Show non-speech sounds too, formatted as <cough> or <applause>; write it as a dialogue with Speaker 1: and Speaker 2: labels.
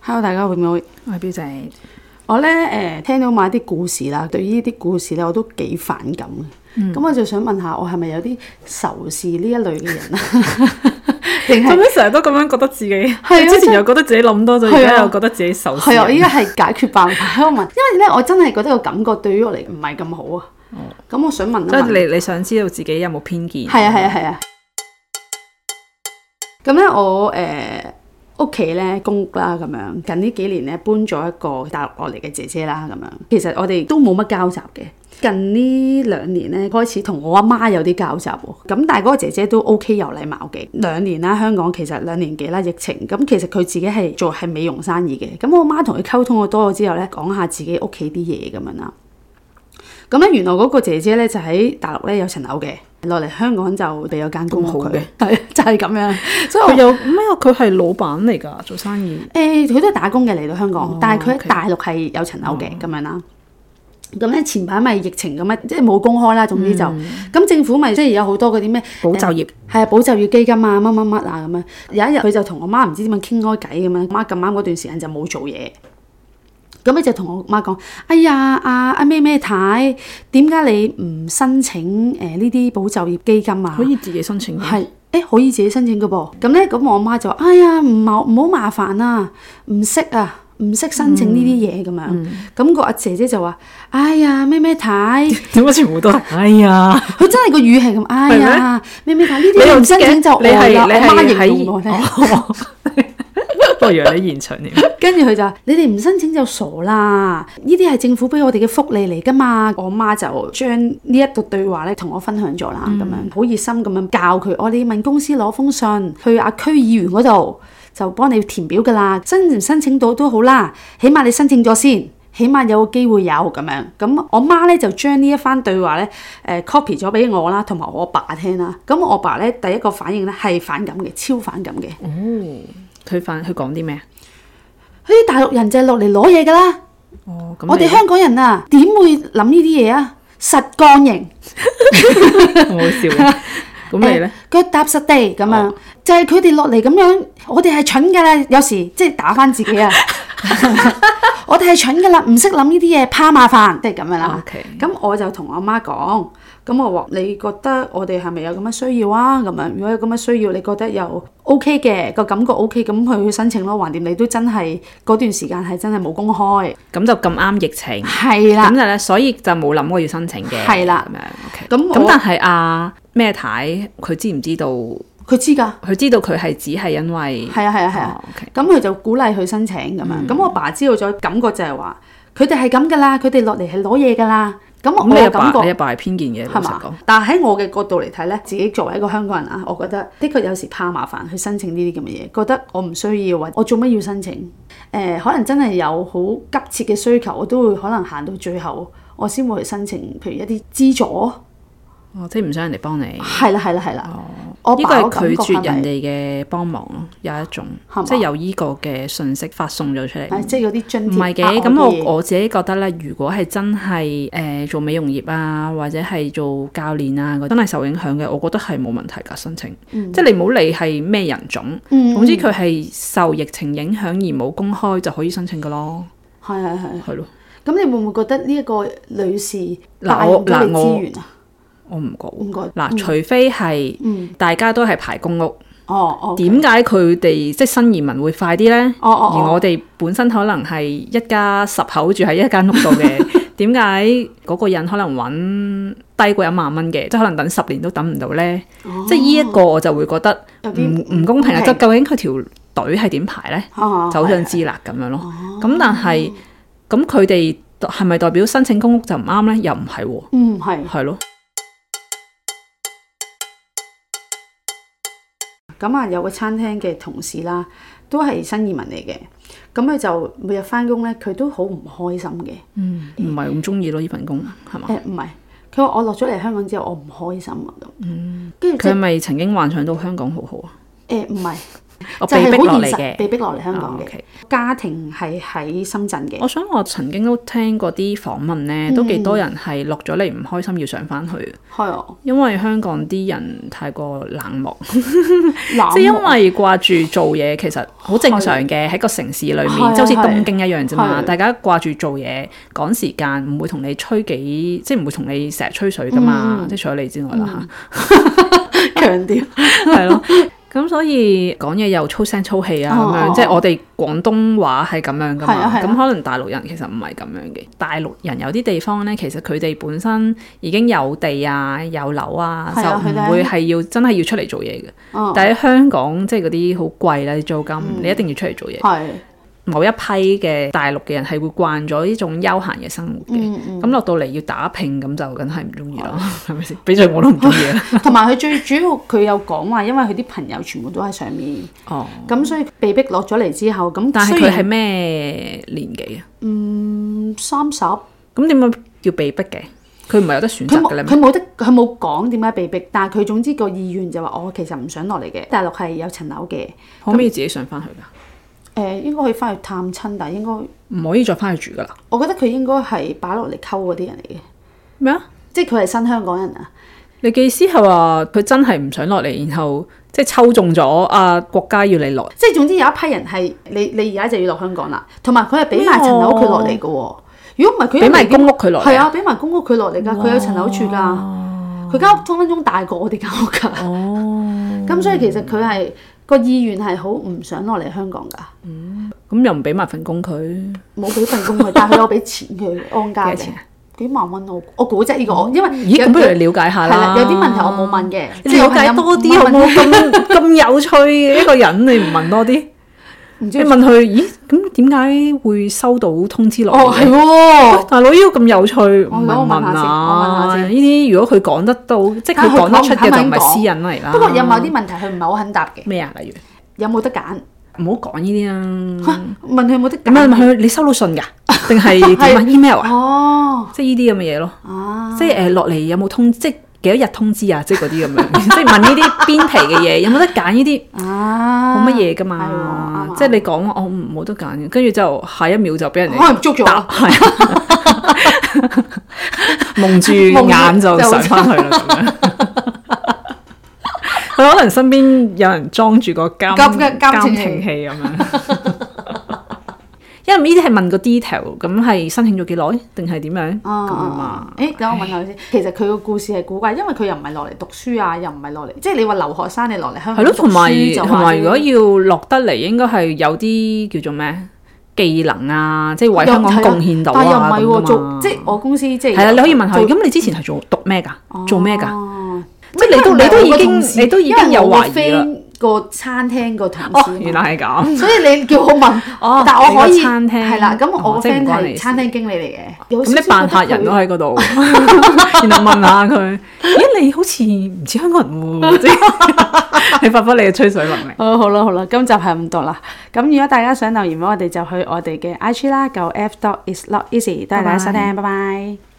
Speaker 1: Hello，大家好，唔好？
Speaker 2: 我係表姐，
Speaker 1: 我咧誒、呃、聽到某一啲故事啦，對於呢啲故事咧我都幾反感嘅。咁、我就想問下，我係咪有啲仇視呢一類嘅
Speaker 2: <laughs>
Speaker 1: 人啊？定
Speaker 2: 做
Speaker 1: 係
Speaker 2: 咩成日都咁樣覺得自己？
Speaker 1: 啊
Speaker 2: 係之前又覺得自己諗多咗，而
Speaker 1: 係
Speaker 2: 家
Speaker 1: 啊
Speaker 2: 又覺得自己受
Speaker 1: 係啊？我依家係解決辦法喺度問，因為咧我真係覺得個感覺對於我嚟唔係咁好啊。咁、我想問一
Speaker 2: 即係
Speaker 1: 問。
Speaker 2: 你你想知道自己有冇偏見？
Speaker 1: 係啊係啊係啊。咁咧我誒屋企咧公屋啦咁樣，近呢幾年咧搬咗一個大陸落嚟嘅姐姐啦咁樣。其實我哋都冇乜交集嘅。近呢兩年咧開始同我阿媽有啲交集喎，咁但係嗰個姐姐都 OK 有禮貌嘅。兩年啦，香港其實兩年幾啦，疫情咁其實佢自己係做係美容生意嘅。咁我媽同佢溝通咗多咗之後咧，講下自己屋企啲嘢咁樣啦。咁咧，原來嗰個姐姐咧就喺大陸咧有層樓嘅，落嚟香港就俾咗間公
Speaker 2: 咁
Speaker 1: 屋
Speaker 2: 好
Speaker 1: 佢
Speaker 2: 嘅，
Speaker 1: 係就係、咁樣。所以我
Speaker 2: 佢有咩啊？佢係老闆嚟㗎，做生意。
Speaker 1: 誒，佢、都係打工嘅嚟到香港，
Speaker 2: 哦
Speaker 1: 但係佢喺
Speaker 2: OK 哦
Speaker 1: 大陸係有層樓嘅咁樣啦。咁咧前排咪疫情咁樣，啊即係冇公開啦。總之就咁、
Speaker 2: 嗯
Speaker 1: 政府咪即係有好多嗰啲咩
Speaker 2: 保就業，
Speaker 1: 係啊保就業基金啊乜乜乜啊咁樣。有一日佢就同我媽唔知點樣傾開偈咁樣，媽咁啱嗰段時間就冇做嘢。咁咧就同我媽講：哎呀，阿阿咩咩太，點解你唔申請誒呢啲保就業基金啊？
Speaker 2: 可以自己申請嘅。
Speaker 1: 係。誒可以自己申請嘅噃，咁咧咁我媽就話：哎呀，唔好唔好麻煩啊，唔識啊，唔識申請呢啲嘢咁樣。
Speaker 2: 嗯
Speaker 1: 咁、個阿姐姐就話：哎呀，咩咩
Speaker 2: <laughs>
Speaker 1: 太，
Speaker 2: 點解全部
Speaker 1: <laughs>
Speaker 2: 都係？哎呀，
Speaker 1: 佢真係個語氣咁，哎呀，咩咩太呢啲唔申請就
Speaker 2: 你
Speaker 1: 呆啦。
Speaker 2: 係
Speaker 1: 我
Speaker 2: 你
Speaker 1: 媽
Speaker 2: 係
Speaker 1: 形容我咧，
Speaker 2: 喺哦我以為你現場添。
Speaker 1: 跟住佢就話：你哋唔申請就傻啦，呢啲係政府俾我哋嘅福利嚟㗎嘛。我媽就將呢一個對話咧同我分享咗啦，咁、樣好熱心咁樣教佢，我哋問公司攞封信去阿區議員嗰度就幫你填表㗎啦，申唔申請到都好啦，起碼你申請咗先。起碼有個機會有咁樣，咁我媽咧就將呢一番對話咧，誒、copy 咗俾我啦，同埋我爸聽啦。咁我爸咧第一個反應咧係反感嘅，超反感嘅。
Speaker 2: 哦，佢反佢講啲咩啊？
Speaker 1: 佢啲大陸人就係落嚟攞嘢㗎啦。
Speaker 2: 哦，咁
Speaker 1: 我哋香港人啊，點會諗呢啲嘢啊？實幹型，
Speaker 2: 香，我會笑嘅。咁你咧？
Speaker 1: 腳踏實地咁樣，就係佢哋落嚟咁樣，我哋係蠢㗎啦。有時即係打翻自
Speaker 2: <laughs>
Speaker 1: 己啊， <laughs> 我哋係蠢㗎啦，唔識諗呢啲嘢，怕麻煩，即係咁樣啦。
Speaker 2: 啊 OK
Speaker 1: 咁我就同我媽講，咁我話你覺得我哋係咪有咁嘅需要啊？咁樣如果有咁嘅需要，你覺得又 OK 嘅個感覺 OK，咁去申請咯。橫掂你都真係嗰段時間係真係冇公開，
Speaker 2: 咁就咁啱疫情。
Speaker 1: 係啦
Speaker 2: 咁。就咧，所以就冇諗過要申請嘅，
Speaker 1: 係啦
Speaker 2: 咁樣 OK。
Speaker 1: 咁我
Speaker 2: 咁但係阿咩太佢知唔知道？
Speaker 1: 佢知㗎，
Speaker 2: 佢知道佢係只係因為
Speaker 1: 係啊係啊係嗯啊。
Speaker 2: 哦，OK，
Speaker 1: 咁佢就鼓勵佢申請咁樣。咁我爸知道咗，感覺就係話佢哋係咁噶啦，佢哋落嚟係攞嘢噶啦。咁我
Speaker 2: 咁
Speaker 1: 我
Speaker 2: 你阿
Speaker 1: 感
Speaker 2: 爸你阿
Speaker 1: 覺
Speaker 2: 爸係偏見嘅，
Speaker 1: 係
Speaker 2: 老實講
Speaker 1: 嘛。？但係喺我嘅角度嚟睇咧，自己作為一個香港人啊，我覺得的確有時怕麻煩去申請呢啲咁嘅嘢，覺得我唔需要或我做乜要申請？誒、可能真係有好急切嘅需求，我都會可能行到最後，我先會去申請，譬如一啲資助。
Speaker 2: 哦，即係唔想人哋幫你，呢
Speaker 1: 係啦係啦係啦，哦我
Speaker 2: 個
Speaker 1: 爸嗰感
Speaker 2: 係拒
Speaker 1: 覺
Speaker 2: 絕
Speaker 1: 係
Speaker 2: 人
Speaker 1: 咪？
Speaker 2: 哋嘅幫忙咯，有一種
Speaker 1: 係嘛
Speaker 2: 即係有呢個嘅信息發送咗出嚟。
Speaker 1: 係即係有啲津貼啊
Speaker 2: 唔係
Speaker 1: 額
Speaker 2: 嘅，
Speaker 1: 外
Speaker 2: 咁
Speaker 1: 嘅嘢
Speaker 2: 我我自己覺得咧，如果係真係誒、呃做美容業啊，或者係做教練啊，嗰真係受影響嘅，我覺得係冇問題㗎申請。即係你唔好理係咩人種，
Speaker 1: 嗯
Speaker 2: 總之佢係受疫情影響而冇公開就可以申請㗎咯，
Speaker 1: 係係係。
Speaker 2: 係咯。
Speaker 1: 咁你會唔會覺得呢一個女士
Speaker 2: 嗱
Speaker 1: 霸
Speaker 2: 我
Speaker 1: 用咗你
Speaker 2: 嗱我
Speaker 1: 資源啊？
Speaker 2: 我唔覺
Speaker 1: 唔覺
Speaker 2: 喎嗱，除非係大家都係排公屋，
Speaker 1: 哦嗯哦，
Speaker 2: 點解佢哋即係新移民會快啲呢？
Speaker 1: 哦哦
Speaker 2: 而我哋本身可能係一家十口住喺一間屋度嘅，
Speaker 1: <laughs>
Speaker 2: 點解嗰個人可能揾低過一萬蚊嘅，即係可能等十年都等唔到呢？即係呢一個我就會覺得
Speaker 1: 哦有
Speaker 2: 唔
Speaker 1: 啲
Speaker 2: 唔公平啦！啊
Speaker 1: 係
Speaker 2: 即係究竟佢條隊係點排呢？
Speaker 1: 啊
Speaker 2: 就好想知啦咁樣咯。
Speaker 1: 哦
Speaker 2: 咁但係咁佢哋係咪代表申請公屋就唔啱呢？又唔係喎，
Speaker 1: 嗯係。
Speaker 2: 係咯。
Speaker 1: 咁啊，有個餐廳嘅同事啦，都係新移民嚟嘅。咁佢就每日翻工咧，佢都好唔開心嘅。
Speaker 2: 嗯，唔係咁中意咯呢份工係嘛？
Speaker 1: 誒唔係，佢話我落咗嚟香港之後，我唔開心啊咁。跟住即
Speaker 2: 嗯佢係
Speaker 1: 係
Speaker 2: 咪曾經幻想到香港好好啊？
Speaker 1: 誒唔係，
Speaker 2: 我
Speaker 1: 就係
Speaker 2: 被逼
Speaker 1: 好
Speaker 2: 落嚟
Speaker 1: 現實，
Speaker 2: 嘅。
Speaker 1: 被逼落嚟香港
Speaker 2: 啊
Speaker 1: 嘅。
Speaker 2: ，OK 哦
Speaker 1: 家庭係喺深圳嘅
Speaker 2: 我，想我曾經都聽過啲訪問咧，
Speaker 1: 嗯
Speaker 2: 都幾多人係落咗嚟唔開心要上翻去，
Speaker 1: 開我
Speaker 2: 因為香港啲人太過冷漠，
Speaker 1: 冷
Speaker 2: 即係因
Speaker 1: 漠
Speaker 2: 為掛住做嘢，其實好正常嘅喺個城市裏面，
Speaker 1: 係啊
Speaker 2: 就好似東京一樣啫嘛。
Speaker 1: 係
Speaker 2: 大家掛住做嘢趕時間，唔會同你吹幾，即係唔會同你成日吹水噶嘛，
Speaker 1: 嗯
Speaker 2: 即係除咗你之外啦嚇。
Speaker 1: 強調，
Speaker 2: 係咯。咁所以講嘢又粗聲粗氣啊，
Speaker 1: 哦
Speaker 2: 咁樣
Speaker 1: 哦
Speaker 2: 即係我哋廣東話係咁樣噶
Speaker 1: 係啊係
Speaker 2: 嘛。
Speaker 1: 啊
Speaker 2: 咁可能大陸人其實唔係咁樣嘅。大陸人有啲地方咧，其實佢哋本身已經有地啊、有樓啊，
Speaker 1: 係
Speaker 2: 就
Speaker 1: 啊佢哋
Speaker 2: 唔會係要真係要出嚟做嘢嘅。
Speaker 1: 嗯，
Speaker 2: 但係喺香港即係嗰啲好貴啦啲租金，你一定要出嚟做嘢。
Speaker 1: 係，
Speaker 2: 某一批嘅大陸嘅人係會慣咗呢種休閒嘅生活嘅。
Speaker 1: 嗯嗯。哦
Speaker 2: 咁落到嚟要打拼，咁就梗係唔中意啦，係咪先？俾咗我都唔中意啦。
Speaker 1: 同埋佢最主要，佢有講話，因為佢啲朋友全部都喺上面，
Speaker 2: 哦，
Speaker 1: 咁所以被逼落咗嚟之後，咁
Speaker 2: 但係
Speaker 1: 雖
Speaker 2: 佢
Speaker 1: 然
Speaker 2: 係咩年紀啊？
Speaker 1: 三十，
Speaker 2: 咁點解叫被逼嘅？佢唔係有得選
Speaker 1: 佢
Speaker 2: 擇
Speaker 1: 冇
Speaker 2: 嘅咧咩？
Speaker 1: 佢冇得佢冇講點解被逼，但係佢總之個意願就話我其實唔想落嚟嘅，大陸係有層樓嘅，誒、
Speaker 2: 可唔可以自己上翻去㗎？
Speaker 1: 呃、應該可以翻去探親，但係應該
Speaker 2: 唔可以再翻去住㗎啦。
Speaker 1: 我覺得佢應該係擺落嚟溝嗰啲人嚟嘅，
Speaker 2: 咩啊？
Speaker 1: 即係佢係新香港人啊，
Speaker 2: 你嘅意思係話佢真係唔想落嚟，然後即係抽中咗啊國家要你落
Speaker 1: 即係總之有一批人係你你而家就要落香港啦，同埋佢係俾埋層樓佢落嚟嘅喎，如果唔係佢一
Speaker 2: 俾埋
Speaker 1: 嚟
Speaker 2: 公屋佢落
Speaker 1: 係
Speaker 2: 嚟
Speaker 1: 啊，俾埋公屋佢落嚟㗎，佢有層樓住㗎，佢間屋分分鐘大過我哋間屋㗎。咁所以其實佢係個意願係好唔想落嚟香港
Speaker 2: <laughs>
Speaker 1: 㗎，
Speaker 2: 咁又唔俾埋份工佢，
Speaker 1: 冇俾份工佢，但係佢有俾錢佢安家嘅
Speaker 2: 幾多錢，
Speaker 1: 幾萬蚊我我估啫呢個，因為
Speaker 2: 咦？
Speaker 1: 有
Speaker 2: 咁不如你了解下
Speaker 1: 係
Speaker 2: 啦
Speaker 1: 啦，。有啲問題我冇問嘅，
Speaker 2: 你了解多啲好
Speaker 1: 我
Speaker 2: 冇？咁咁有趣嘅一個人，你唔問
Speaker 1: <laughs>
Speaker 2: 多啲，
Speaker 1: 唔
Speaker 2: 你
Speaker 1: 知
Speaker 2: 問佢，咦？咁點解會收到通知落
Speaker 1: 哦
Speaker 2: 嚟嘅？
Speaker 1: 係喎，
Speaker 2: 大佬呢個咁有趣，唔係
Speaker 1: 我
Speaker 2: 問
Speaker 1: 問下先我問
Speaker 2: 啊！
Speaker 1: 下先
Speaker 2: 呢啲如果佢講得到，即係
Speaker 1: 但係
Speaker 2: 佢
Speaker 1: 佢
Speaker 2: 講得
Speaker 1: 講唔
Speaker 2: 出嘅就唔
Speaker 1: 肯
Speaker 2: 係
Speaker 1: 講
Speaker 2: 私隱嚟啦。
Speaker 1: 不過有某啲問題佢唔係好肯答嘅，
Speaker 2: 咩啊？例如
Speaker 1: 有冇得揀？
Speaker 2: 唔好講呢啲啦。
Speaker 1: 嚇問佢有冇得
Speaker 2: 咁啊，問
Speaker 1: 揀？
Speaker 2: 佢你收
Speaker 1: <laughs>
Speaker 2: 到信㗎，定係點啊？email 啊，
Speaker 1: 哦，
Speaker 2: 即係呢啲咁嘅嘢咯。
Speaker 1: 啊，
Speaker 2: 即係誒落嚟有冇通，即係幾多日通知啊？即係嗰啲
Speaker 1: <laughs>
Speaker 2: 咁樣，即係問呢啲邊皮嘅嘢，有冇得揀呢啲
Speaker 1: 啊，
Speaker 2: 冇乜嘢噶
Speaker 1: 係
Speaker 2: 嘛
Speaker 1: 喎啱？啊
Speaker 2: 即係你講我唔冇得揀，跟住就下一秒就俾人哋
Speaker 1: 可能捉咗
Speaker 2: 答，係啊 <laughs> 蒙住眼就上翻去啦咁樣。 <laughs> 佢可能身邊有人裝住個
Speaker 1: <laughs>
Speaker 2: 監
Speaker 1: 監監監聽器
Speaker 2: 聽器咁樣， <laughs> 因為呢啲係問個 detail，咁係申請咗幾耐定係點樣咁樣嘛？
Speaker 1: 啊！誒，等我問下佢先。其實佢個故事係古怪，因為佢又唔係落嚟讀書啊，又唔係落嚟，即係你話留學生你落嚟香
Speaker 2: 係
Speaker 1: 港
Speaker 2: 咯，
Speaker 1: 讀
Speaker 2: 同埋
Speaker 1: 書就
Speaker 2: 同
Speaker 1: 話
Speaker 2: 埋，
Speaker 1: 你
Speaker 2: 如果要落得嚟，應該係有啲叫做咩技能啊，即係為香港貢獻到
Speaker 1: 但又唔
Speaker 2: 啊
Speaker 1: 係
Speaker 2: 咁
Speaker 1: 喎，
Speaker 2: 㗎
Speaker 1: 做
Speaker 2: 嘛
Speaker 1: 即係我公司即係
Speaker 2: 係啦，你可以問佢，
Speaker 1: 做
Speaker 2: 咁你之前係做讀咩㗎？做咩㗎？
Speaker 1: 哦
Speaker 2: 即係你都你都已經你都已經有懷疑
Speaker 1: 因為
Speaker 2: 啦。
Speaker 1: 我個 friend 個餐廳個同
Speaker 2: 哦，
Speaker 1: 事
Speaker 2: 原
Speaker 1: 嘛，
Speaker 2: 來係咁。
Speaker 1: 所以你叫我問
Speaker 2: 哦，
Speaker 1: 但我可
Speaker 2: 你
Speaker 1: 以
Speaker 2: 個餐廳
Speaker 1: 係啦。咁
Speaker 2: 哦
Speaker 1: 我個
Speaker 2: 即係唔
Speaker 1: friend
Speaker 2: 關你
Speaker 1: 係
Speaker 2: 事
Speaker 1: 餐廳經理嚟嘅，有
Speaker 2: 咁
Speaker 1: 少
Speaker 2: 你
Speaker 1: 少
Speaker 2: 扮
Speaker 1: 覺得
Speaker 2: 客人
Speaker 1: 佢
Speaker 2: 都喺嗰度， <laughs> 然後問下佢：咦，你好似唔似香港人喎？即係 <laughs> 你發揮你嘅吹水能力。
Speaker 1: 好好啦好啦，今集係咁多啦。咁如果大家想留言俾我哋，就去我哋嘅 IG 啦，九 F dot is not easy。多謝大家收聽，拜拜。